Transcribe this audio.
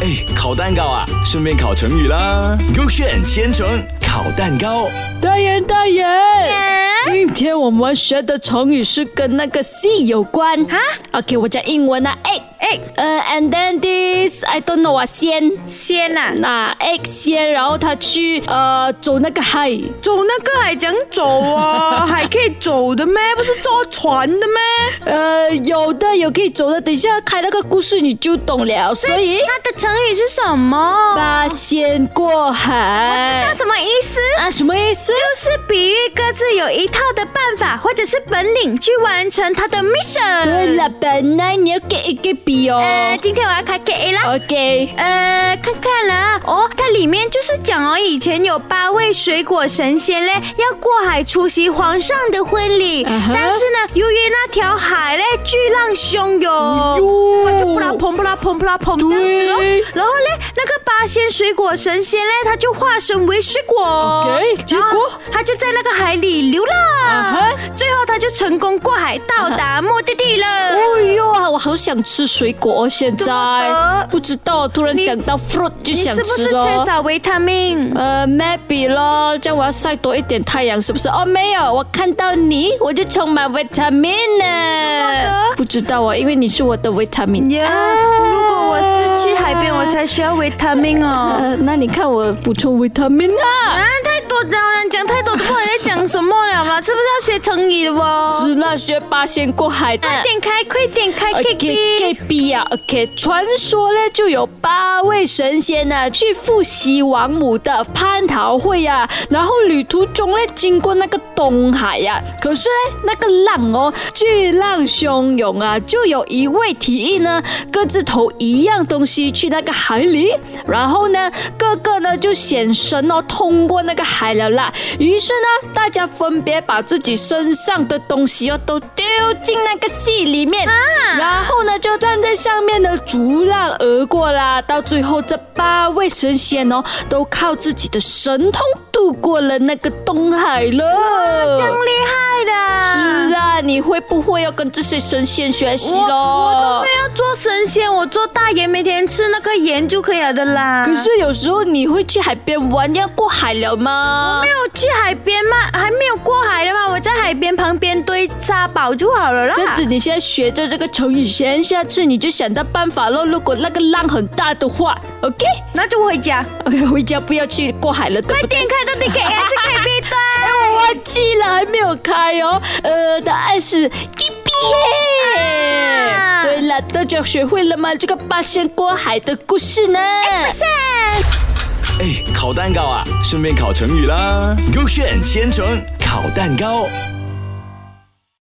哎，烤蛋糕啊，顺便烤成语啦。勾选千层烤蛋糕，大人，大人今天我们学的成语是跟那个 C 有关啊。OK，我讲英文啊，egg， egg 呃、a n d then this I don't know 啊，先先呐、啊，那 egg 先，然后他去呃走那个海，走那个还讲走 啊，还可以走的咩？不是坐船的咩？呃，有的有可以走的，等一下开那个故事你就懂了。所以它的成语是什么？八仙过海那，什么意思？啊，什么意思？就是比喻各自有一套的办法或者是本领去完成他的 mission。对了，本来你要给一个比哦。呃，今天我要开 K A 啦。 OK，呃，看看啦，哦，它里面就是讲哦，以前有八位水果神仙嘞，要过海出席皇上的婚礼嗯哼但是呢，由于那条海嘞巨浪汹涌，哟，就扑啦砰扑啦砰扑啦砰这样子咯哎对。然后嘞，那个八仙水果神仙嘞，他就化身为水果 OK，结果然后他就在那个海里流浪嗯最后他就成功过海，到达目的地了。哎呦啊，我好想吃水果哦，现怎么在的不知道，突然你想到 fruit 就你想是不吃是缺咯。少维他命？呃，maybe 咯，这样我要晒多一点太阳，是不是？哦，没有，我看到你，我就充满 vitamin 呢。不知道啊，因为你是我的 vitamin。呀、如果我是去海边，我才需要维他命 哦。呃，那你看我补充 vitamin 啊。啊，太多了，讲太多，都不知道你在讲什么了啦，是不是要学成语的哦？是啊那些八仙过海的。快点开，快点开 K 呃 K K。 B 啊，OK，传说呢就有八位神仙呢、去复习王母的蟠桃会呀、然后旅途中呢经过那个东海呀、可是呢那个浪哦巨浪汹涌啊，就有一位提议呢各自投一样东西去那个海里，然后呢各个呢就显身哦通过那个海了啦，于是呢大家分别把自己身上的东西哦都丢进那个戏里面。啊然后呢，就站在上面的逐浪而过啦。到最后，这八位神仙哦，都靠自己的神通度过了那个东海了。更厉害的。是啊，你会不会要跟这些神仙学习我我都啊咯没？有做神仙，我做大爷，每天吃那个盐就可以了的啦。可是有时候你会去海边玩，要过海了吗没？有去海边吗？还没有过海的吗？我在海边旁边堆沙堡就好了啦。这样子，你现在学着这个成语先，下次你就想到办法咯。如果那个浪很大的话，OK，OK，、那就回家。 OK，回家不要去过海了，对不快对？点开到底 K 还是 K B 对？哎忘记了，还没有开哦。呃，答案是 G B 耶。啊对了，大家学会了吗？这个八仙过海的故事呢？哎，烤蛋糕啊，顺便烤成语啦。勾选千层烤蛋糕。